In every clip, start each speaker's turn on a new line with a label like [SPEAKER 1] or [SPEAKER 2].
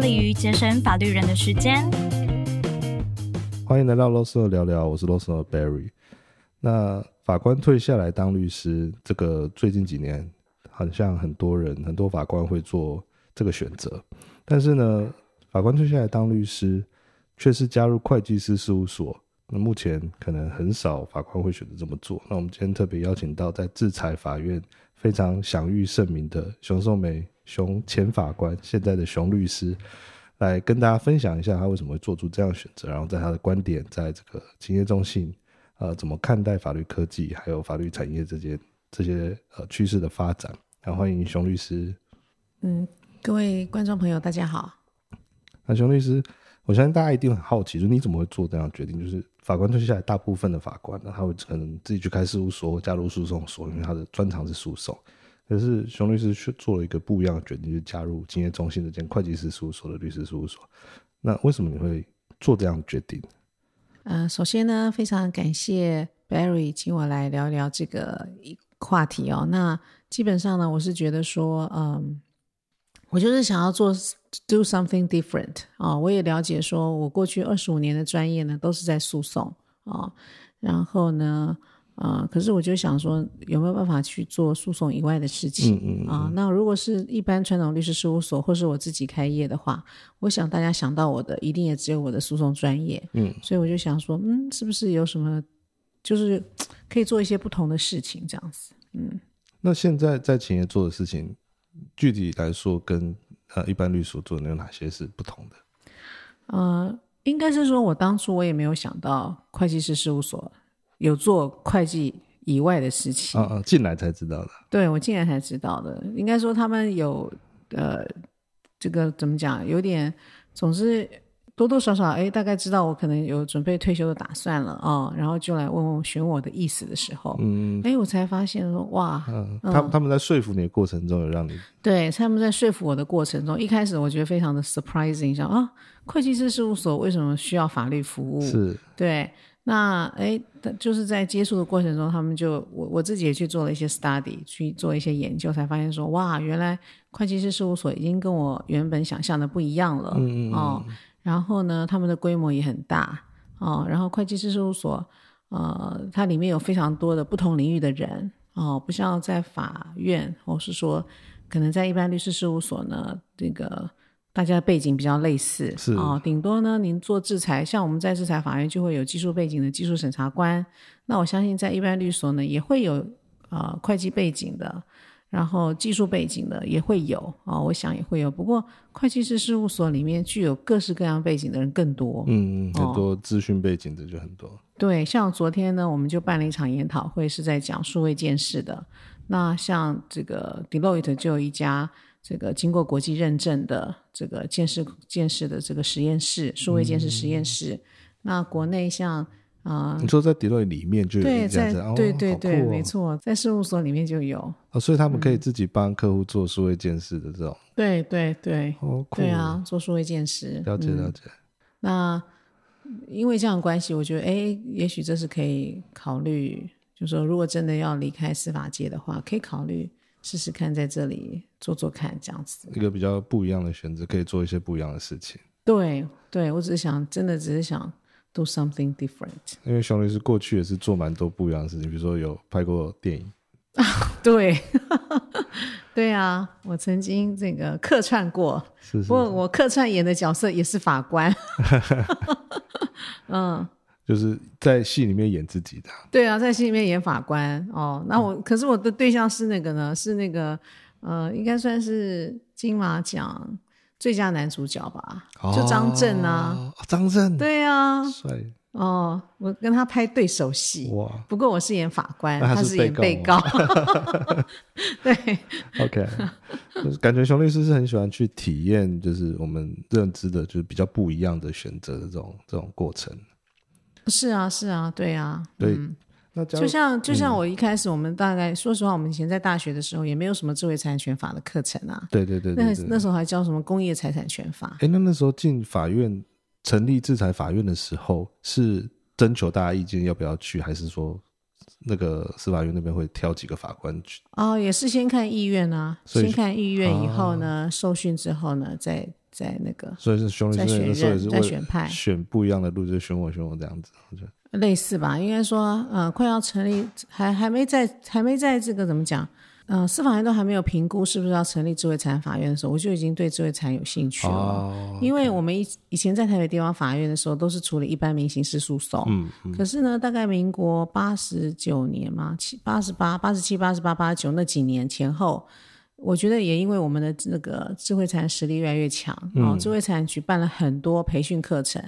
[SPEAKER 1] 利于节省法律人的时间。
[SPEAKER 2] 欢迎来到 Law 社聊聊，我是 Law 社 Barry。那法官退下来当律师，这个最近几年好像很多人、很多法官会做这个选择，但是呢，法官退下来当律师，却是加入会计师事务所。那目前可能很少法官会选择这么做。那我们今天特别邀请到在制裁法院非常享誉盛名的熊颂梅熊前法官，现在的熊律师，来跟大家分享一下他为什么会做出这样的选择，然后在他的观点，在呃这个勤业中信，呃，怎么看待法律科技还有法律产业这些这些呃趋势的发展。然后欢迎熊律师。
[SPEAKER 3] 嗯，各位观众朋友，大家好。
[SPEAKER 2] 那熊律师，我相信大家一定很好奇，就是你怎么会做这样的决定？就是法官退下来，大部分的法官呢，他会可能自己去开事务所、加入诉讼所，因为他的专长是诉讼。可是熊律师却做了一个不一样的决定，就是加入经业中心这间会计师事务所的律师事务所。那为什么你会做这样的决定？
[SPEAKER 3] 呃，首先呢，非常感谢 Barry 请我来聊聊这个一话题哦。那基本上呢，我是觉得说，嗯，我就是想要做 do something different 啊、我也了解说，我过去二十五年的专业呢，都是在诉讼啊、然后呢，呃，可是我就想说，有没有办法去做诉讼以外的事情？
[SPEAKER 2] 嗯嗯
[SPEAKER 3] 啊、那如果是一般传统律师事务所或是我自己开业的话，我想大家想到我的一定也只有我的诉讼专业，
[SPEAKER 2] 嗯，
[SPEAKER 3] 所以我就想说，嗯，是不是有什么，就是可以做一些不同的事情这样子？
[SPEAKER 2] 那现在在勤业做的事情，具体来说跟呃一般律所做的有哪些是不同的？
[SPEAKER 3] 呃，应该是说我当初我也没有想到会计师事务所有做会计以外的事情，
[SPEAKER 2] 啊啊，进来才知道的。
[SPEAKER 3] 对我进来才知道的。应该说他们有呃，这个怎么讲，有点，总之多多少少，哎，大概知道我可能有准备退休的打算了哦，然后就来问问询我的意思的时候，
[SPEAKER 2] 嗯
[SPEAKER 3] 哎、我才发现说哇，
[SPEAKER 2] 嗯，他他们在说服你的过程中，有让你
[SPEAKER 3] 对，他们在说服我的过程中，一开始我觉得非常的 surprising，想啊，会计师事务所为什么需要法律服务？
[SPEAKER 2] 是
[SPEAKER 3] 对，那哎，就是在接触的过程中，他们就我我自己也去做了一些 study，去做一些研究，才发现说，哇，原来会计师事务所已经跟我原本想象的不一样了，嗯哦，然后呢，他们的规模也很大，哦，然后会计师事务所，呃，它里面有非常多的不同领域的人，哦，不像在法院，或、是说可能在一般律师事务所呢，这个。大家的背景比较类似，
[SPEAKER 2] 是
[SPEAKER 3] 哦，顶多呢，您做制裁，像我们在制裁法院就会有技术背景的技术审查官，那我相信在一般律所呢也会有呃会计背景的，然后技术背景的也会有啊、我想也会有。不过会计师事务所里面具有各式各样背景的人更多。
[SPEAKER 2] 嗯，
[SPEAKER 3] 哦
[SPEAKER 2] 很多资讯背景的就很多。
[SPEAKER 3] 对，像昨天呢，我们就办了一场研讨会，是在讲数位见识的。那像这个 Deloitte 就有一家这个经过国际认证的这个见识见识的这个实验室，数位见识实验
[SPEAKER 2] 嗯
[SPEAKER 3] 室。那国内像啊、呃
[SPEAKER 2] 你说在 d e l o 里面就有
[SPEAKER 3] 对，
[SPEAKER 2] 一家
[SPEAKER 3] 在
[SPEAKER 2] 这样，哦
[SPEAKER 3] 对对
[SPEAKER 2] 好酷
[SPEAKER 3] 对，
[SPEAKER 2] 哦
[SPEAKER 3] 没错，嗯在事务所里面就有。
[SPEAKER 2] 哦，所以他们可以自己帮客户做数位见识的这种，
[SPEAKER 3] 对对对，
[SPEAKER 2] 哦，酷
[SPEAKER 3] 对，啊，嗯做数位见识。
[SPEAKER 2] 了解了解，
[SPEAKER 3] 那因为这样的关系，我觉得，哎，也许这是可以考虑，就是说，如果真的要离开司法界的话，可以考虑试试看，在这里做做看，这样子。
[SPEAKER 2] 一个比较不一样的选择，可以做一些不一样的事情。
[SPEAKER 3] 对，对我只是想，真的只是想 do something different。
[SPEAKER 2] 因为熊律师过去也是做蛮多不一样的事情，比如说有拍过电影，
[SPEAKER 3] 对， 对啊，我曾经这个客串过，
[SPEAKER 2] 是
[SPEAKER 3] 不
[SPEAKER 2] 是，
[SPEAKER 3] 过我客串演的角色也是法官。嗯，
[SPEAKER 2] 就是在戏里面演自己的啊，
[SPEAKER 3] 对啊，在戏里面演法官哦。
[SPEAKER 2] 嗯
[SPEAKER 3] 那我、可是我的对象是那个呢，是那个呃，应该算是金马奖最佳男主角吧，就张震啊。
[SPEAKER 2] 哦，张震，
[SPEAKER 3] 对啊，
[SPEAKER 2] 帅
[SPEAKER 3] 哦，我跟他拍对手戏，
[SPEAKER 2] 哇
[SPEAKER 3] 不过我是演法官，
[SPEAKER 2] 那他
[SPEAKER 3] 他
[SPEAKER 2] 是
[SPEAKER 3] 演
[SPEAKER 2] 被
[SPEAKER 3] 被
[SPEAKER 2] 告
[SPEAKER 3] 告。 对，
[SPEAKER 2] ，OK，就是 感觉熊律师是很喜欢去体验，就是我们认知的，就是比较不一样的选择的这种这种过程。
[SPEAKER 3] 是啊，是啊，对啊。
[SPEAKER 2] 对，嗯那加入
[SPEAKER 3] 就像就像我一开始，我们大概、说实话，我们以前在大学的时候也没有什么智慧财产权法的课程啊，
[SPEAKER 2] 对对对对
[SPEAKER 3] 那
[SPEAKER 2] 对
[SPEAKER 3] 那时候还教什么工业财产权法，
[SPEAKER 2] 哎，那那时候进法院成立制裁法院的时候，是征求大家意见要不要去，还是说那个司法院那边会挑几个法官去？
[SPEAKER 3] 哦，也是先看意愿啊，
[SPEAKER 2] 所以啊
[SPEAKER 3] 先看意愿，以后呢，受训之后呢，再在那个
[SPEAKER 2] 所以是熊律
[SPEAKER 3] 在
[SPEAKER 2] 师
[SPEAKER 3] 选
[SPEAKER 2] 那时候也
[SPEAKER 3] 任
[SPEAKER 2] 是
[SPEAKER 3] 在
[SPEAKER 2] 为
[SPEAKER 3] 选派
[SPEAKER 2] 选不一样的路，就是选我选我这样子，我觉得
[SPEAKER 3] 类似吧，应该说，呃，快要成立，还还没在，还没在这个怎么讲，呃，司法院都还没有评估是不是要成立智慧产法院的时候，我就已经对智慧产有兴趣了。
[SPEAKER 2] 哦
[SPEAKER 3] 因为我们以以前在台北地方法院的时候，都是处理一般民刑事诉讼。嗯可是呢，大概民国八十九年嘛，七八十八、八十七、八十八、八十九那几年前后，我觉得也因为我们的那个智慧财产实力越来越强，哦，智慧财产举办了很多培训课程，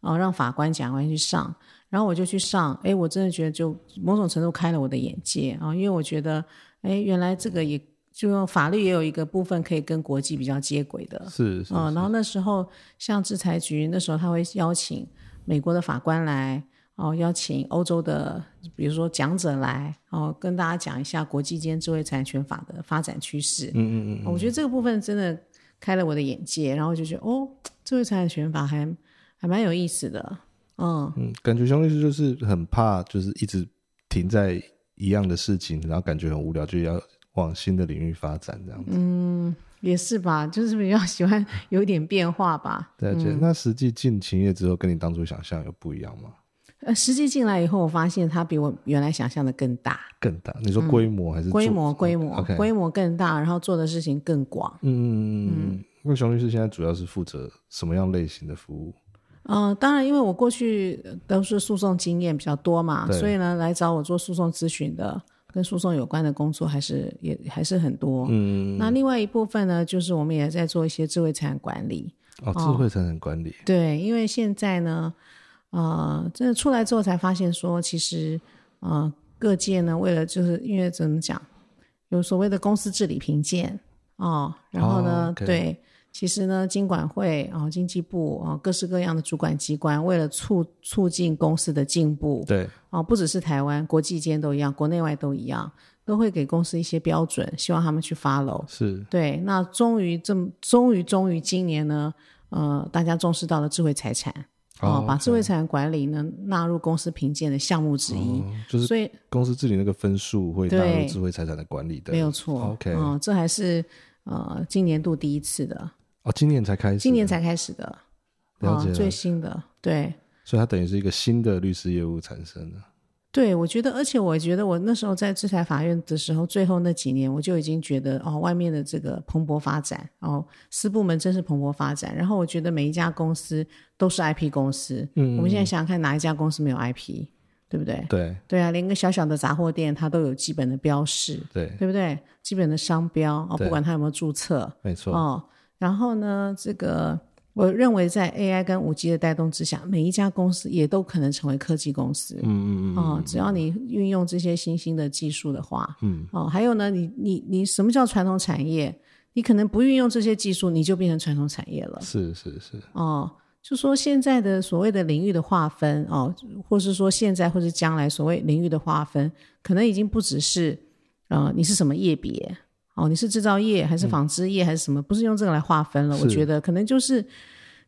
[SPEAKER 3] 哦，让法官、检察官去上。然后我就去上，哎，我真的觉得就某种程度开了我的眼界啊、因为我觉得，哎，原来这个也就用法律也有一个部分可以跟国际比较接轨的，
[SPEAKER 2] 是是
[SPEAKER 3] 嗯、然后那时候像制裁局，那时候他会邀请美国的法官来，哦，邀请欧洲的，比如说讲者来，哦，跟大家讲一下国际间智慧产权法的发展趋势。嗯嗯嗯我觉得这个部分真的开了我的眼界，然后就觉得哦，智慧产权法还还蛮有意思的。嗯，
[SPEAKER 2] 嗯，感觉熊律师就是很怕，就是一直停在一样的事情，然后感觉很无聊，就要往新的领域发展这样
[SPEAKER 3] 嗯
[SPEAKER 2] 子。
[SPEAKER 3] 也是吧，就是比较喜欢有一点变化吧。
[SPEAKER 2] 对，而且那实际进勤业之后，跟你当初想象有不一样吗？
[SPEAKER 3] 呃，实际进来以后，我发现它比我原来想象的更大。
[SPEAKER 2] 更大？你说规模还是
[SPEAKER 3] 嗯规
[SPEAKER 2] 做？
[SPEAKER 3] 模规模
[SPEAKER 2] OK
[SPEAKER 3] 规模更大，然后做的事情更广。
[SPEAKER 2] 嗯嗯嗯嗯。因为熊律师现在主要是负责什么样类型的服务？
[SPEAKER 3] 嗯，当然，因为我过去呃都是诉讼经验比较多嘛，
[SPEAKER 2] 对
[SPEAKER 3] 所以呢，来找我做诉讼咨询的，跟诉讼有关的工作还是也还是很多。嗯，那另外一部分呢，就是我们也在做一些智慧财产管理。
[SPEAKER 2] 哦，智慧财产管理。
[SPEAKER 3] 对，因为现在呢，呃，真的出来之后才发现说，其实呃，各界呢，为了就是因为怎么讲，有所谓的公司治理评鉴哦，然后呢，
[SPEAKER 2] 哦，OK
[SPEAKER 3] 对，其实呢，经管会啊、哦经济部啊、哦各式各样的主管机关，为了促促进公司的进步，
[SPEAKER 2] 对，
[SPEAKER 3] 哦，不只是台湾，国际间都一样，国内外都一样，都会给公司一些标准，希望他们去 follow。
[SPEAKER 2] 是
[SPEAKER 3] 对，那终于这么，终于终于今年呢，呃，大家重视到了智慧财产，哦，把智慧财产管理呢纳入公司评鉴的项目之一，
[SPEAKER 2] 哦就是
[SPEAKER 3] 所以
[SPEAKER 2] 公司治理那个分数会纳入
[SPEAKER 3] 对
[SPEAKER 2] 智慧财产的管理的。
[SPEAKER 3] 没有错。
[SPEAKER 2] 哦 OK
[SPEAKER 3] 嗯、这还是呃今年度第一次的，
[SPEAKER 2] 哦，今年才开始，
[SPEAKER 3] 今年才开始的，
[SPEAKER 2] 了
[SPEAKER 3] 啊
[SPEAKER 2] 解了
[SPEAKER 3] 最新的，对。
[SPEAKER 2] 所以它等于是一个新的律师业务产生的。
[SPEAKER 3] 对，我觉得，而且我觉得，我那时候在制裁法院的时候，最后那几年，我就已经觉得哦，外面的这个蓬勃发展，哦，私部门真是蓬勃发展。然后我觉得每一家公司都是 IP 公司，嗯，我们现在想想看，哪一家公司没有 IP，对不对？
[SPEAKER 2] 对
[SPEAKER 3] 对啊，连个小小的杂货店，它都有基本的标识，
[SPEAKER 2] 对，
[SPEAKER 3] 对不对？基本的商标哦，
[SPEAKER 2] 对
[SPEAKER 3] 不管它有没有注册，
[SPEAKER 2] 没错。
[SPEAKER 3] 哦，然后呢，这个我认为在 AI 跟五 G 的带动之下，每一家公司也都可能成为科技公司。嗯嗯嗯。哦，只要你运用这些新兴的技术的话，嗯。哦，还有呢，你你你什么叫传统产业？你可能不运用这些技术，你就变成传统产业了。
[SPEAKER 2] 是是是，
[SPEAKER 3] 哦，就说现在的所谓的领域的划分哦，或是说现在或是将来所谓领域的划分，可能已经不只是呃你是什么业别哦，你是制造业还是纺织业还是什么，不嗯是用这个来划分了。我
[SPEAKER 2] 是
[SPEAKER 3] 觉得可能就是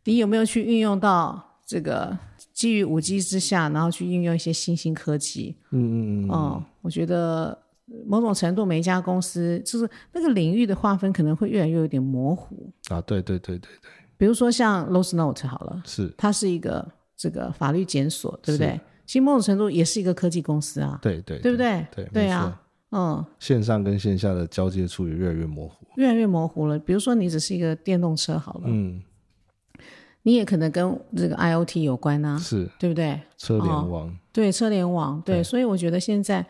[SPEAKER 3] 你有没有去运用到这个基于五 G 之下，然后去运用一些新兴科技。
[SPEAKER 2] 嗯嗯嗯，
[SPEAKER 3] 哦，我觉得。某种程度，每一家公司就是那个领域的划分可能会越来越有点模糊。
[SPEAKER 2] 啊，对对对对对，
[SPEAKER 3] 比如说像 Lost Note 好了，
[SPEAKER 2] 是，
[SPEAKER 3] 它是一个这个法律检索，对不对？其实某种程度也是一个科技公司啊，
[SPEAKER 2] 对对
[SPEAKER 3] 对不对？
[SPEAKER 2] 对
[SPEAKER 3] 对
[SPEAKER 2] 没错
[SPEAKER 3] 啊，嗯，
[SPEAKER 2] 线上跟线下的交接处也越来越模糊。
[SPEAKER 3] 越来越模糊了。比如说，你只是一个电动车好了，
[SPEAKER 2] 嗯，
[SPEAKER 3] 你也可能跟这个 IOT 有关啊，
[SPEAKER 2] 是
[SPEAKER 3] 对不对？
[SPEAKER 2] 车联
[SPEAKER 3] 哦
[SPEAKER 2] 网，
[SPEAKER 3] 对，车联网，对，所以我觉得现在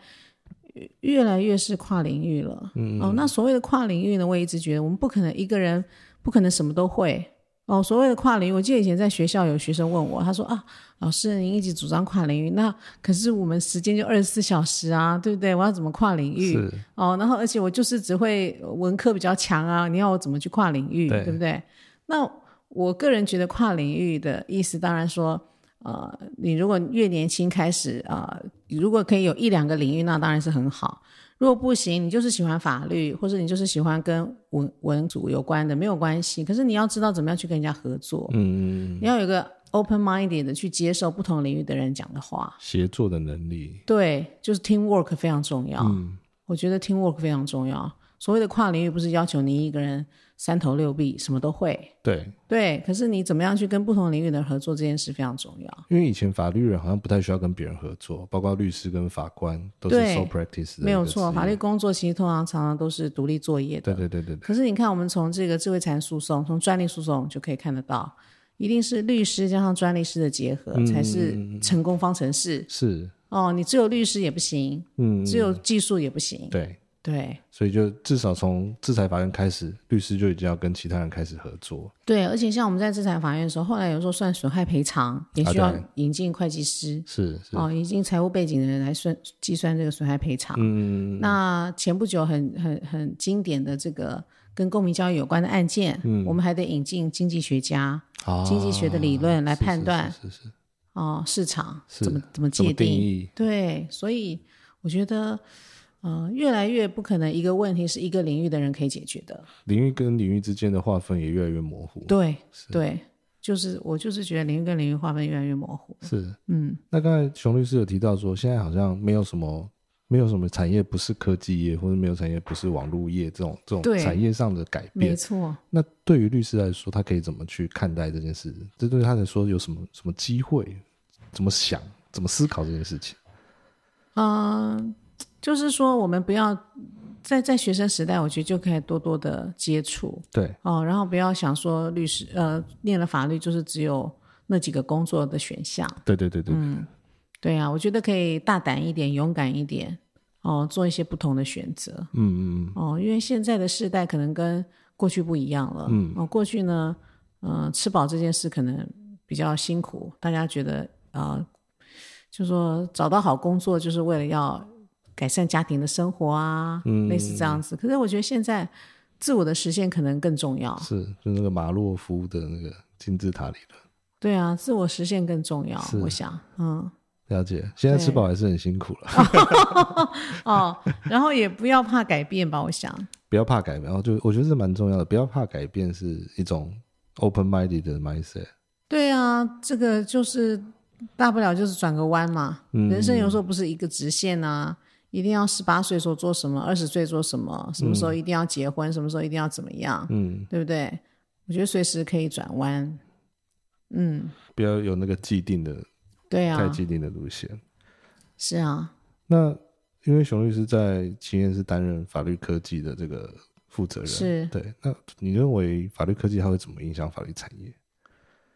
[SPEAKER 3] 越越来越是跨领域了。嗯哦，那所谓的跨领域呢，我也一直觉得我们不可能一个人不可能什么都会。哦，所谓的跨领域，我记得以前在学校有学生问我，他说啊，老师您一直主张跨领域，那可是我们时间就二十四小时啊，对不对？我要怎么跨领域？
[SPEAKER 2] 是
[SPEAKER 3] 哦，然后而且我就是只会文科比较强啊，你要我怎么去跨领域，
[SPEAKER 2] 对
[SPEAKER 3] 对不对？那我个人觉得跨领域的意思，当然说，呃，你如果越年轻开始啊、呃如果可以有一两个领域，那当然是很好。如果不行，你就是喜欢法律，或者你就是喜欢跟文文组有关的，没有关系。可是你要知道怎么样去跟人家合作，
[SPEAKER 2] 嗯嗯嗯，
[SPEAKER 3] 你要有一个 open minded 的去接受不同领域的人讲的话。
[SPEAKER 2] 协作的能力，嗯
[SPEAKER 3] 对，就是 team work 非常重要。我觉得 team work 非常重要。所谓的跨领域，不是要求你一个人三头六臂什么都会，
[SPEAKER 2] 对，
[SPEAKER 3] 对。可是你怎么样去跟不同领域的人合作，这件事非常重要。
[SPEAKER 2] 因为以前法律人好像不太需要跟别人合作，包括律师跟法官都是
[SPEAKER 3] 对
[SPEAKER 2] sole practice 的，
[SPEAKER 3] 没有错，法律。工作其实通常常常都是独立作业的
[SPEAKER 2] 对。对对对对，
[SPEAKER 3] 可是你看，我们从这个智慧财产诉讼，从专利诉讼就可以看得到，一定是律师加上专利师的结合，才
[SPEAKER 2] 嗯
[SPEAKER 3] 是成功方程式。
[SPEAKER 2] 是，
[SPEAKER 3] 哦，你只有律师也不行，
[SPEAKER 2] 嗯，
[SPEAKER 3] 只有技术也不行。
[SPEAKER 2] 对，
[SPEAKER 3] 对
[SPEAKER 2] 所以就至少从制裁法院开始，律师就已经要跟其他人开始合作。
[SPEAKER 3] 对，而且像我们在制裁法院的时候，后来有时候算损害赔偿，也需
[SPEAKER 2] 啊
[SPEAKER 3] 要
[SPEAKER 2] 对
[SPEAKER 3] 引进会计师。
[SPEAKER 2] 是是，
[SPEAKER 3] 哦，引进财务背景的人来算计算这个损害赔偿。
[SPEAKER 2] 嗯，
[SPEAKER 3] 那前不久很很很经典的这个跟公民教育有关的案件，
[SPEAKER 2] 嗯
[SPEAKER 3] 我们还得引进经济学家
[SPEAKER 2] 啊
[SPEAKER 3] 经济学的理论来判断
[SPEAKER 2] 是是是是是
[SPEAKER 3] 哦、市场
[SPEAKER 2] 是
[SPEAKER 3] 怎么怎么
[SPEAKER 2] 怎
[SPEAKER 3] 界
[SPEAKER 2] 么定义？
[SPEAKER 3] 对，所以我觉得，呃，越来越不可能一个问题是一个领域的人可以解决的。
[SPEAKER 2] 领域跟领域之间的划分也越来越模糊。
[SPEAKER 3] 对对，就是我就是觉得领域跟领域划分越来越模糊。
[SPEAKER 2] 是，
[SPEAKER 3] 嗯，
[SPEAKER 2] 那刚才熊律师有提到说，现在好像没有什么。没有什么产业不是科技业，或者没有产业不是网络业这种这种
[SPEAKER 3] 对
[SPEAKER 2] 产业上的改变
[SPEAKER 3] 没。错。
[SPEAKER 2] 那对于律师来说，他可以怎么去看待这件事？这对他来说有什么什么机会？怎么想？怎么思考这件事情？
[SPEAKER 3] 嗯，就是说我们不要在在学生时代，我觉得就可以多多的接触
[SPEAKER 2] 对，
[SPEAKER 3] 哦，然后不要想说律师呃念了法律就是只有那几个工作的选项。
[SPEAKER 2] 对对对对，
[SPEAKER 3] 嗯对啊，我觉得可以大胆一点，勇敢一点哦，做一些不同的选择
[SPEAKER 2] 嗯嗯嗯，
[SPEAKER 3] 哦，因为现在的世代可能跟过去不一样了。嗯，哦，过去呢，嗯、吃饱这件事可能比较辛苦，大家觉得啊、呃就说找到好工作就是为了要改善家庭的生活啊，
[SPEAKER 2] 嗯
[SPEAKER 3] 类似这样子。可是我觉得现在自我的实现可能更重要。
[SPEAKER 2] 是，就那个马洛夫的那个金字塔理论。
[SPEAKER 3] 对啊，自我实现更重要
[SPEAKER 2] 是，
[SPEAKER 3] 我想，嗯。
[SPEAKER 2] 了解，现在吃饱还是很辛苦了，
[SPEAKER 3] 啊哦，然后也不要怕改变吧，我想，
[SPEAKER 2] 不要怕改变。然后就我觉得这蛮重要的，不要怕改变是一种 open minded 的 mindset。
[SPEAKER 3] 对啊，这个就是大不了就是转个弯嘛。
[SPEAKER 2] 嗯
[SPEAKER 3] 人生有时候不是一个直线啊，一定要十八岁时候做什么，二十岁做什么，什么时候一定要结婚，什么时候一定要怎么样，
[SPEAKER 2] 嗯，
[SPEAKER 3] 对不对？我觉得随时可以转弯。嗯，
[SPEAKER 2] 不要有那个既定的、
[SPEAKER 3] 对
[SPEAKER 2] 太
[SPEAKER 3] 啊，
[SPEAKER 2] 既定的路线。
[SPEAKER 3] 是啊，
[SPEAKER 2] 那因为熊律师在企业是担任法律科技的这个负责人，
[SPEAKER 3] 是
[SPEAKER 2] 对。那你认为法律科技它会怎么影响法律产业？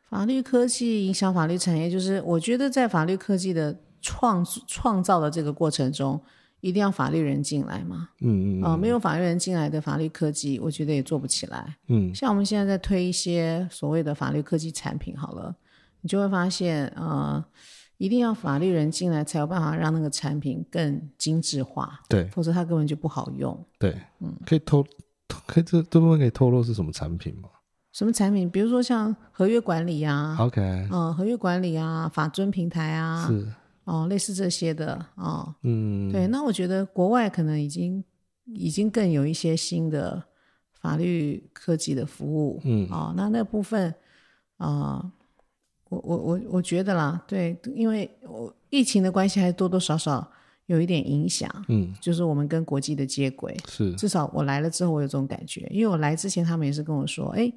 [SPEAKER 3] 法律科技影响法律产业，就是我觉得在法律科技的创创造的这个过程中，一定要法律人进来嘛。
[SPEAKER 2] 嗯嗯
[SPEAKER 3] 啊、没有法律人进来的法律科技，我觉得也做不起来。
[SPEAKER 2] 嗯，
[SPEAKER 3] 像我们现在在推一些所谓的法律科技产品，好了，你就会发现，呃，一定要法律人进来才有办法让那个产品更精致化，
[SPEAKER 2] 对
[SPEAKER 3] 否则它根本就不好用。
[SPEAKER 2] 对，
[SPEAKER 3] 嗯
[SPEAKER 2] 可以透，透可以这这部分可以透露是什么产品吗
[SPEAKER 3] 什么产品？比如说像合约管理啊，
[SPEAKER 2] ？OK，
[SPEAKER 3] 嗯、合约管理啊，法尊平台啊，
[SPEAKER 2] 是，
[SPEAKER 3] 哦、类似这些的哦。
[SPEAKER 2] 嗯，
[SPEAKER 3] 对，那我觉得国外可能已经已经更有一些新的法律科技的服务，
[SPEAKER 2] 嗯
[SPEAKER 3] 哦，那那部分啊、呃我我我我觉得啦，对，因为我疫情的关系，还多多少少有一点影响，
[SPEAKER 2] 嗯，
[SPEAKER 3] 就是我们跟国际的接轨，
[SPEAKER 2] 是，
[SPEAKER 3] 至少我来了之后，我有这种感觉，因为我来之前他们也是跟我说，哎，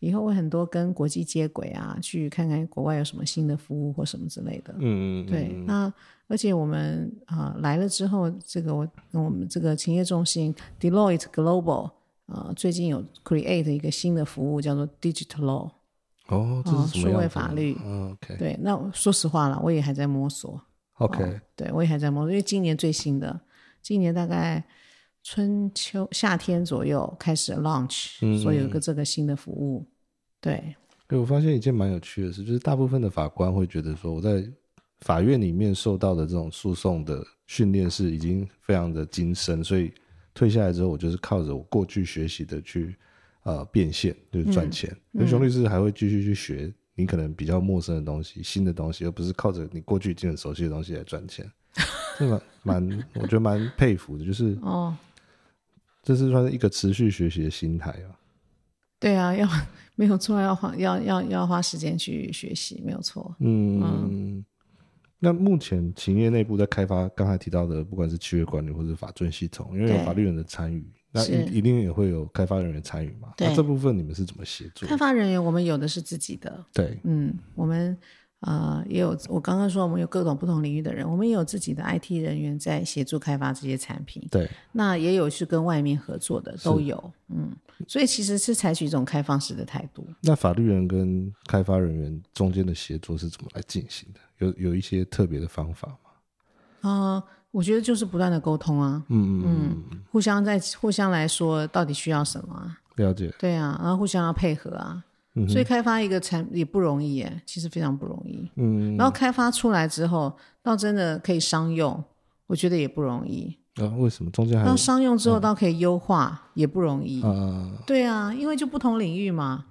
[SPEAKER 3] 以后会很多跟国际接轨啊，去看看国外有什么新的服务或什么之类的，
[SPEAKER 2] 嗯嗯，嗯
[SPEAKER 3] 对，
[SPEAKER 2] 嗯
[SPEAKER 3] 那而且我们啊、呃来了之后，这个我我们这个勤业中心 Deloitte Global 呃最近有 create 一个新的服务叫做 Digital Law。
[SPEAKER 2] 哦，这
[SPEAKER 3] 哦
[SPEAKER 2] 是什么
[SPEAKER 3] 数
[SPEAKER 2] 样
[SPEAKER 3] 位
[SPEAKER 2] 的
[SPEAKER 3] 法律
[SPEAKER 2] 嗯？OK，
[SPEAKER 3] 对，那我说实话了，我也还在摸索。哦
[SPEAKER 2] OK，
[SPEAKER 3] 对我也还在摸索，因为今年最新的，今年大概春秋夏天左右开始 launch，、
[SPEAKER 2] 嗯
[SPEAKER 3] 所以有一个这个新的服务。对，
[SPEAKER 2] 哎对，我发现一件蛮有趣的事，就是大部分的法官会觉得说，我在法院里面受到的这种诉讼的训练是已经非常的精深，所以退下来之后，我就是靠着我过去学习的去呃变现，就是
[SPEAKER 3] 嗯
[SPEAKER 2] 赚钱。那、熊律师还会继续去学你可能比较陌生的东西、新的东西，而不是靠着你过去已经很熟悉的东西来赚钱。这蛮蛮，我觉得蛮佩服的，就是
[SPEAKER 3] 哦，
[SPEAKER 2] 这是算是一个持续学习的心态啊。
[SPEAKER 3] 对啊，要 没有错，要花要要要花时间去学习，没有错。
[SPEAKER 2] 嗯，那目前企业内部在开发刚才提到的，不管是契约管理或者法遵系统，因为有
[SPEAKER 3] 对
[SPEAKER 2] 法律人的参与，那
[SPEAKER 3] 是
[SPEAKER 2] 一一定也会有开发人员参与嘛？
[SPEAKER 3] 对
[SPEAKER 2] 那这部分你们是怎么协助？
[SPEAKER 3] 开发人员我们有的是自己的，
[SPEAKER 2] 对，
[SPEAKER 3] 嗯，我们呃也有，我刚刚说我们有各种不同领域的人，我们也有自己的 IT 人员在协助开发这些产品，
[SPEAKER 2] 对，
[SPEAKER 3] 那也有去跟外面合作的，都有，嗯，所以其实是采取一种开放式的态度。
[SPEAKER 2] 那法律人跟开发人员中间的协作是怎么来进行的？有有一些特别的方法吗？
[SPEAKER 3] 啊，我觉得就是不断的沟通啊，
[SPEAKER 2] 嗯嗯嗯，
[SPEAKER 3] 互相在互相来说到底需要什么啊，
[SPEAKER 2] 了解。
[SPEAKER 3] 对啊，然后互相要配合啊，所以开发一个产也不容易耶，其实非常不容易。
[SPEAKER 2] 嗯，
[SPEAKER 3] 然后开发出来之后，到真的可以商用，我觉得也不容易。
[SPEAKER 2] 啊，为什么中间还有
[SPEAKER 3] 到商用之后，到可以优化也不容易。
[SPEAKER 2] 啊？
[SPEAKER 3] 对啊，因为就不同领域嘛，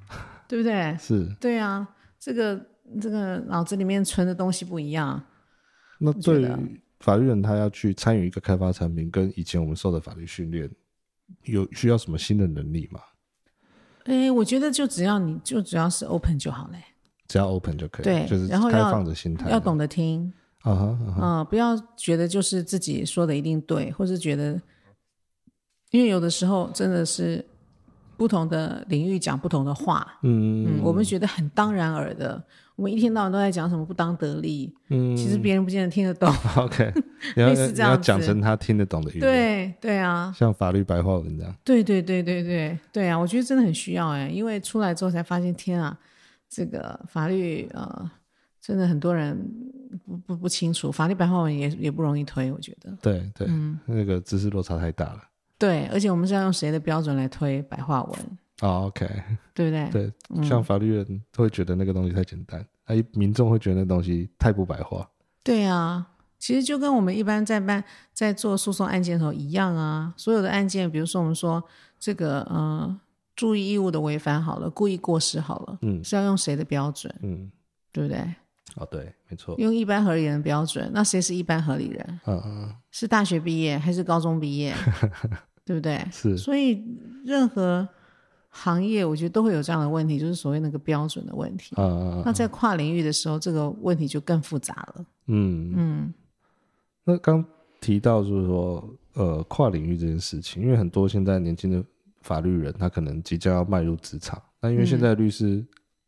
[SPEAKER 3] 对不对？
[SPEAKER 2] 是
[SPEAKER 3] 对啊，这个这个脑子里面存的东西不一样。
[SPEAKER 2] 那
[SPEAKER 3] 觉
[SPEAKER 2] 对
[SPEAKER 3] 得啊
[SPEAKER 2] 于法律人，他要去参与一个开发产品，跟以前我们受的法律训练有需要什么新的能力吗？
[SPEAKER 3] 哎，我觉得就只要你就只要是 open 就好嘞，
[SPEAKER 2] 只要 open 就可以，
[SPEAKER 3] 对
[SPEAKER 2] 就是
[SPEAKER 3] 然后
[SPEAKER 2] 开
[SPEAKER 3] 要
[SPEAKER 2] 放的心态，
[SPEAKER 3] 要懂得听
[SPEAKER 2] 啊哈啊哈，
[SPEAKER 3] 啊、不要觉得就是自己说的一定对，或是觉得，因为有的时候真的是不同的领域讲不同的话，
[SPEAKER 2] 嗯
[SPEAKER 3] 嗯，我们觉得很当然耳的，我们一天到晚都在讲什么不当得利，
[SPEAKER 2] 嗯
[SPEAKER 3] 其实别人不见得听得懂，
[SPEAKER 2] ，OK，你要
[SPEAKER 3] 类似
[SPEAKER 2] 你
[SPEAKER 3] 这
[SPEAKER 2] 要
[SPEAKER 3] 样子
[SPEAKER 2] 讲成他听得懂的语言，，
[SPEAKER 3] 对对啊，
[SPEAKER 2] 像法律白话文这样，
[SPEAKER 3] 对对对对对对啊，我觉得真的很需要哎、因为出来之后才发现，天啊，这个法律呃，真的很多人不不不清楚，法律白话文也也不容易推，我觉得。
[SPEAKER 2] 对对，
[SPEAKER 3] 嗯
[SPEAKER 2] 那个知识落差太大了。
[SPEAKER 3] 对，而且我们是要用谁的标准来推白话文，
[SPEAKER 2] 哦 OK，
[SPEAKER 3] 对不对？嗯
[SPEAKER 2] 对，像法律人会觉得那个东西太简单，哎，民众会觉得那东西太不白话。
[SPEAKER 3] 对啊，其实就跟我们一般在办在做诉讼案件的时候一样啊，所有的案件，比如说我们说这个呃注意义务的违反好了，故意过失好了，
[SPEAKER 2] 嗯
[SPEAKER 3] 是要用谁的标准，
[SPEAKER 2] 嗯，
[SPEAKER 3] 对不对？
[SPEAKER 2] 哦，对，没错。
[SPEAKER 3] 用一般合理人的标准，那谁是一般合理人？
[SPEAKER 2] 嗯嗯，
[SPEAKER 3] 是大学毕业还是高中 毕业？对不对？
[SPEAKER 2] 是
[SPEAKER 3] 所以任何行业，我觉得都会有这样的问题，就是所谓那个标准的问题。
[SPEAKER 2] 啊啊
[SPEAKER 3] 那
[SPEAKER 2] 啊，
[SPEAKER 3] 在跨领域的时候，这个问题就更复杂了。
[SPEAKER 2] 嗯
[SPEAKER 3] 嗯，
[SPEAKER 2] 那刚提到就是说，呃，跨领域这件事情，因为很多现在年轻的法律人，他可能即将要迈入职场，那因为现在律师、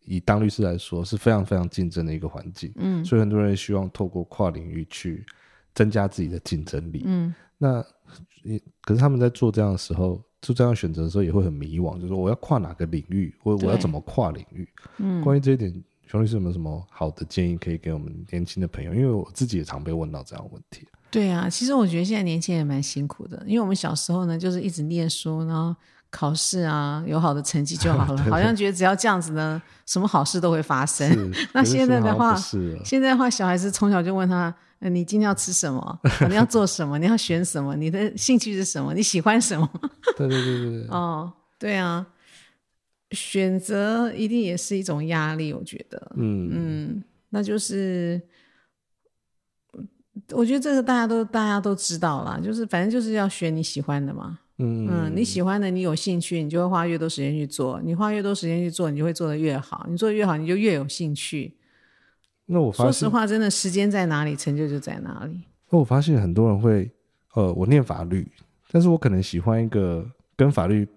[SPEAKER 2] 以当律师来说是非常非常竞争的一个环境，嗯，所以很多人希望透过跨领域去增加自己的竞争力，嗯，那也可是他们在做这样的时候。做这样的选择的时候也会很迷惘，就是说我要跨哪个领域，我我要
[SPEAKER 3] 对
[SPEAKER 2] 怎么跨领域？嗯，关于这一点，熊律师有没有什么好的建议可以给我们年轻的朋友？因为我自己也常被问到这样的问题。
[SPEAKER 3] 对啊，其实我觉得现在年轻人也蛮辛苦的，因为我们小时候呢，就是一直念书，然后考试啊，有好的成绩 就好了，好像觉得只要这样子呢，什么好事都会发生。
[SPEAKER 2] 是
[SPEAKER 3] 那
[SPEAKER 2] 可是
[SPEAKER 3] 现在的
[SPEAKER 2] 好像
[SPEAKER 3] 话
[SPEAKER 2] 不是了
[SPEAKER 3] 现在的话，小孩子从小就问他：呃、你今天要吃什么、啊你要做什么？你要选什么？你的兴趣是什么？你喜欢什么？
[SPEAKER 2] 对对对对对，
[SPEAKER 3] 哦，对啊，选择一定也是一种压力，我觉得。
[SPEAKER 2] 嗯
[SPEAKER 3] 嗯，那就是，我觉得这个大家都大家都知道啦，就是反正就是要选你喜欢的嘛。
[SPEAKER 2] 嗯
[SPEAKER 3] 嗯，你喜欢的，你有兴趣，你就会花越多时间去做。你花越多时间去做，你就会做得越好。你做得越好，你就越有兴趣。
[SPEAKER 2] 那我发
[SPEAKER 3] 说实
[SPEAKER 2] 现，
[SPEAKER 3] 话，真的时间在哪里，成就就在哪里。
[SPEAKER 2] 那我发现很多人会，呃，我念法律，但是我可能喜欢一个跟法律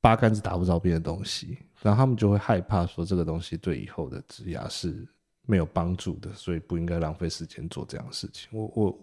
[SPEAKER 2] 八竿子打不着边的东西，然后他们就会害怕说这个东西对以后的职涯是没有帮助的，所以不应该浪费时间做这样的事情。我我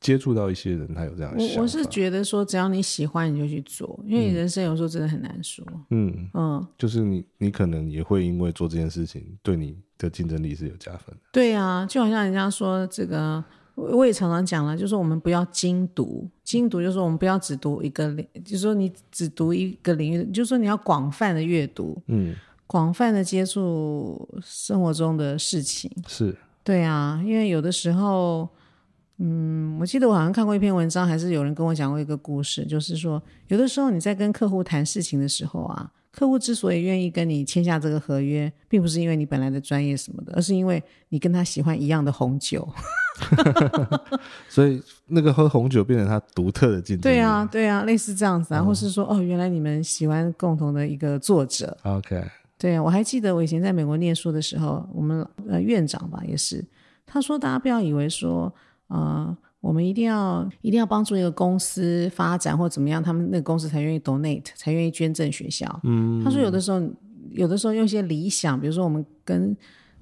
[SPEAKER 2] 接触到一些人，他有这样的想法，
[SPEAKER 3] 我我是觉得说，只要你喜欢，你就去做，因为人生有时候真的很难说。
[SPEAKER 2] 嗯，
[SPEAKER 3] 嗯，
[SPEAKER 2] 就是你你可能也会因为做这件事情，对你的竞争力是有加分的。
[SPEAKER 3] 对啊，就好像人家说这个，我我也常常讲了，就是我们不要精读，精读就是说我们不要只读一个领，就是说你只读一个领域，就是说你要广泛的阅读，
[SPEAKER 2] 嗯，
[SPEAKER 3] 广泛的接触生活中的事情。
[SPEAKER 2] 是，
[SPEAKER 3] 对啊，因为有的时候，嗯，我记得我好像看过一篇文章，还是有人跟我讲过一个故事，就是说，有的时候你在跟客户谈事情的时候啊，客户之所以愿意跟你签下这个合约，并不是因为你本来的专业什么的，而是因为你跟他喜欢一样的红酒。
[SPEAKER 2] 所以那个喝红酒变成他独特的竞争力。
[SPEAKER 3] 对啊，对啊，类似这样子啊，或是说，哦，原来你们喜欢共同的一个作者，
[SPEAKER 2] ，OK，
[SPEAKER 3] 对，我还记得我以前在美国念书的时候，我们呃院长吧也是，他说大家不要以为说呃我们一定要一定要帮助一个公司发展或怎么样，他们那个公司才愿意 donate，才愿意捐赠学校。嗯，他说有的时候有的时候用一些理想，比如说我们跟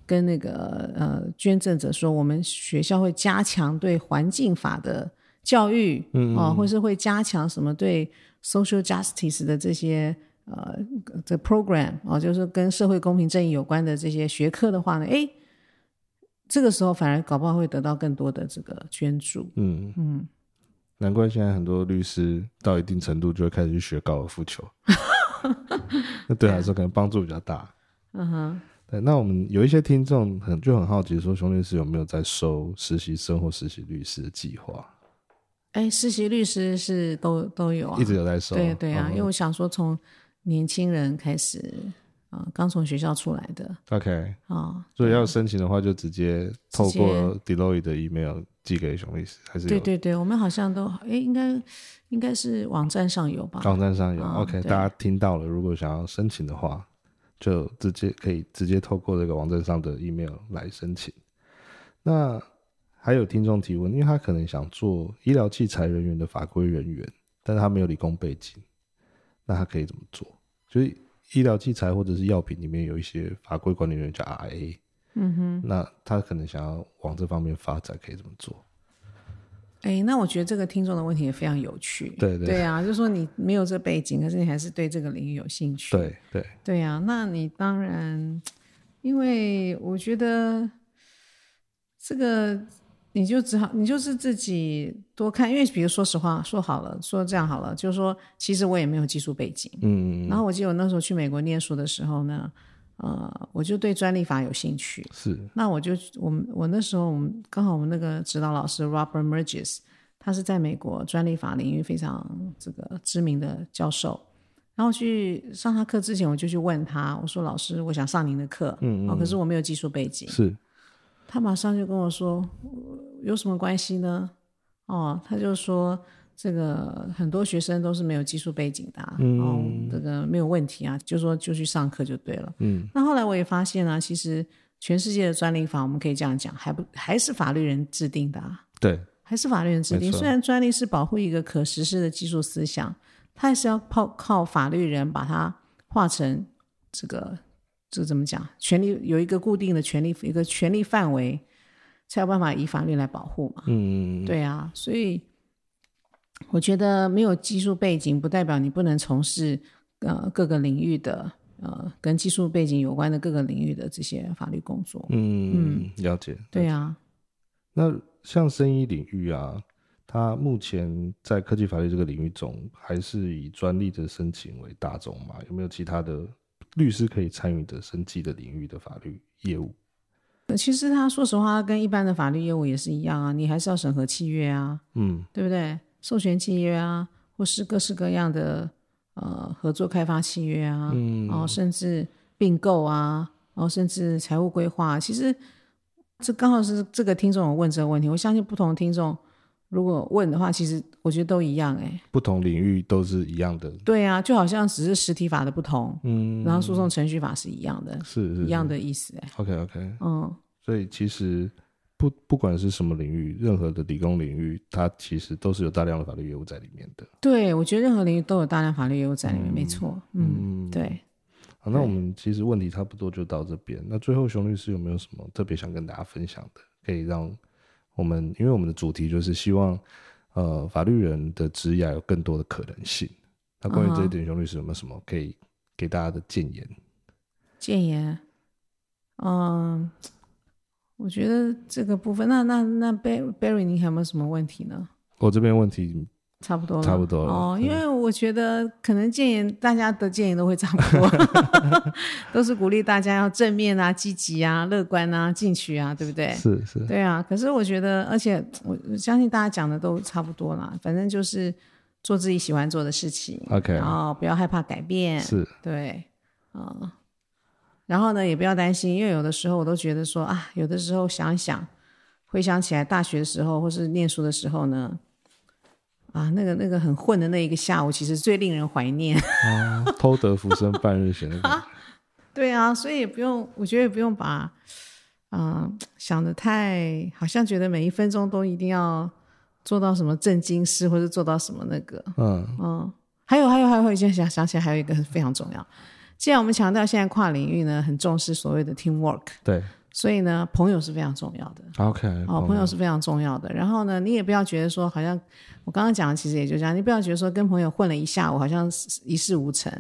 [SPEAKER 3] 跟那个呃捐赠者说，我们学校会加强对环境法的教育，嗯啊、或是会加强什么对 social justice 的这些呃这 program 啊、就是说跟社会公平正义有关的这些学科的话呢，诶，这个时候反而搞不好会得到更多的这个捐助。
[SPEAKER 2] 嗯嗯，难怪现在很多律师到一定程度就会开始去学高尔夫 球，那对他
[SPEAKER 3] 啊
[SPEAKER 2] 来说可能帮助比较大。
[SPEAKER 3] 嗯哼，
[SPEAKER 2] 对，那我们有一些听众很就很好奇说，熊律师有没有在收实习生或实习律师的计划？
[SPEAKER 3] 哎，实习律师是都都有啊，
[SPEAKER 2] 一直有在收，
[SPEAKER 3] 对对啊，
[SPEAKER 2] 嗯
[SPEAKER 3] 因为我想说从年轻人开始啊、刚从学校出来的
[SPEAKER 2] OK，
[SPEAKER 3] 啊、
[SPEAKER 2] 所以要申请的话，就直接透
[SPEAKER 3] 直接
[SPEAKER 2] 过 Deloitte 的 email 寄给熊律师，还是有
[SPEAKER 3] 对对对，我们好像都哎，应该应该是网站上有吧？
[SPEAKER 2] 网站上有、
[SPEAKER 3] 啊
[SPEAKER 2] OK，
[SPEAKER 3] 对
[SPEAKER 2] 大家听到了，如果想要申请的话，就直接可以直接透过这个网站上的 email 来申请。那还有听众提问，因为他可能想做医疗器材人员的法规人员，但是他没有理工背景，那他可以怎么做？就是医疗器材或者是药品里面有一些法规管理人员叫 RA，
[SPEAKER 3] 嗯哼。
[SPEAKER 2] 那他可能想要往这方面发展，可以怎么做？
[SPEAKER 3] 哎，那我觉得这个听众的问题也非常有趣。
[SPEAKER 2] 对对
[SPEAKER 3] 啊，就说你没有这背景，可是你还是对这个领域有兴趣。
[SPEAKER 2] 对对，
[SPEAKER 3] 对啊，那你当然，因为我觉得这个你就只好你就是自己多看，因为比如说实话说好了，说这样好了，就是说其实我也没有技术背景，
[SPEAKER 2] 嗯，
[SPEAKER 3] 然后我记得我那时候去美国念书的时候呢，呃，我就对专利法有兴趣，
[SPEAKER 2] 是
[SPEAKER 3] 那我就我们我那时候我们刚好我们那个指导老师 Robert Merges，他是在美国专利法领域非常这个知名的教授。然后去上他课之前，我就去问他，我说：“老师，我想上您的课，嗯哦，可是我没有技术背景。
[SPEAKER 2] 是，”
[SPEAKER 3] 他马上就跟我说：“呃有什么关系呢？”哦，他就说：“这个很多学生都是没有技术背景的、啊，哦，这个没有问题啊，就说就去上课就对了。”
[SPEAKER 2] 嗯，
[SPEAKER 3] 那后来我也发现啊，其实全世界的专利法，我们可以这样讲，还不还是法律人制定的、啊，
[SPEAKER 2] 对，
[SPEAKER 3] 还是法律人制
[SPEAKER 2] 没
[SPEAKER 3] 定。
[SPEAKER 2] 错
[SPEAKER 3] 虽然专利是保护一个可实施的技术思想，它还是要靠靠法律人把它化成这个这怎么讲？权利有一个固定的权利，一个权利范围，才有办法以法律来保护嘛。
[SPEAKER 2] 嗯，
[SPEAKER 3] 对啊，所以我觉得没有技术背景，不代表你不能从事呃各个领域的呃跟技术背景有关的各个领域的这些法律工作。
[SPEAKER 2] 嗯，了解，
[SPEAKER 3] 对啊，
[SPEAKER 2] 那像生医领域啊，它目前在科技法律这个领域中，还是以专利的申请为大宗嘛？有没有其他的律师可以参与的生计的领域的法律业务？
[SPEAKER 3] 呃其实他说实话，跟一般的法律业务也是一样啊，你还是要审核契约啊，
[SPEAKER 2] 嗯
[SPEAKER 3] 对不对？授权契约啊，或是各式各样的呃合作开发契约啊，
[SPEAKER 2] 嗯
[SPEAKER 3] 然后甚至并购啊，然后甚至财务规划，啊其实这刚好是这个听众有问这个问题，我相信不同的听众如果问的话，其实我觉得都一样哎、
[SPEAKER 2] 不同领域都是一样的。
[SPEAKER 3] 对啊，就好像只是实体法的不同，
[SPEAKER 2] 嗯，
[SPEAKER 3] 然后诉讼程序法是一样的，
[SPEAKER 2] 是是
[SPEAKER 3] 一样的意思哎、
[SPEAKER 2] OK OK，
[SPEAKER 3] 嗯，
[SPEAKER 2] 所以其实不不管是什么领域，任何的理工领域，它其实都是有大量的法律业务在里面的。
[SPEAKER 3] 对，我觉得任何领域都有大量法律业务在里面，没错，嗯，对。
[SPEAKER 2] 好，那我们其实问题差不多就到这边。那最后，熊律师有没有什么特别想跟大家分享的，可以让我们，因为我们的主题就是希望，呃，法律人的职业有更多的可能性。那关
[SPEAKER 3] 嗯
[SPEAKER 2] 于这一点，熊律师有没有什么可以给大家的建言？
[SPEAKER 3] 建言，嗯，我觉得这个部分，那那那 Barry Barry，你还有没有什么问题呢？
[SPEAKER 2] 我这边问题，
[SPEAKER 3] 差不多了，
[SPEAKER 2] 差不多了
[SPEAKER 3] 哦，
[SPEAKER 2] 嗯
[SPEAKER 3] 因为我觉得可能建言，大家的建言都会差不多， 都是鼓励大家要正面啊、积极啊、乐观啊、进取啊，对不对？
[SPEAKER 2] 是是，
[SPEAKER 3] 对啊，可是我觉得，而且我我相信大家讲的都差不多啦，反正就是做自己喜欢做的事情
[SPEAKER 2] OK
[SPEAKER 3] 然后不要害怕改变，
[SPEAKER 2] 是
[SPEAKER 3] 对，啊、然后呢，也不要担心，因为有的时候我都觉得说啊，有的时候想一想，回想起来大学的时候或是念书的时候呢，啊，那个那个很混的那一个下午，其实最令人怀念。
[SPEAKER 2] 啊，偷得浮生半日闲的感觉。
[SPEAKER 3] 对啊，所以也不用，我觉得也不用呃把，嗯、想的太，好像觉得每一分钟都一定要做到什么正经师，或者做到什么那个，
[SPEAKER 2] 嗯
[SPEAKER 3] 嗯，还有还有还有，现在想想起来还有一个非常重要。既然我们强调现在跨领域呢很重视所谓的 team work，
[SPEAKER 2] 对
[SPEAKER 3] 所以呢朋友是非常重要的。
[SPEAKER 2] ，OK，
[SPEAKER 3] 哦，朋友是非常重要的。然后呢，你也不要觉得说，好像我刚刚讲的其实也就这样，你不要觉得说跟朋友混了一下午，好像是一事无成。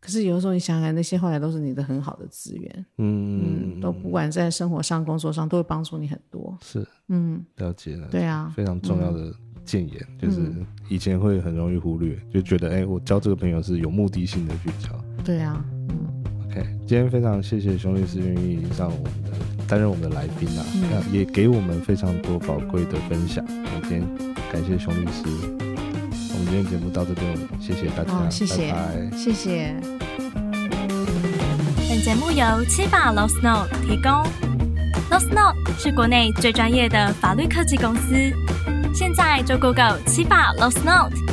[SPEAKER 3] 可是有的时候你想想看，那些后来都是你的很好的资源，
[SPEAKER 2] 嗯
[SPEAKER 3] 嗯，都不管在生活上、工作上，都会帮助你很多。
[SPEAKER 2] 是
[SPEAKER 3] 嗯，
[SPEAKER 2] 了解了，
[SPEAKER 3] 对啊，
[SPEAKER 2] 非常重要的建言，
[SPEAKER 3] 嗯
[SPEAKER 2] 就是以前会很容易忽略，就觉得哎、我交这个朋友是有目的性的去交。
[SPEAKER 3] 对啊，嗯，
[SPEAKER 2] OK，今天非常谢谢熊律师愿意上我们的担任我们的来宾啊，
[SPEAKER 3] 嗯
[SPEAKER 2] 那也给我们非常多宝贵的分享。那今天感谢熊律师，我们今天节目到这边，谢谢大家，
[SPEAKER 3] 哦，谢谢，
[SPEAKER 2] 啊拜拜。
[SPEAKER 3] 谢谢。
[SPEAKER 1] 本节目由七法 Law Snow 提供。Law Snow 是国内最专业的法律科技公司，现在就 Google 七法 Law Snow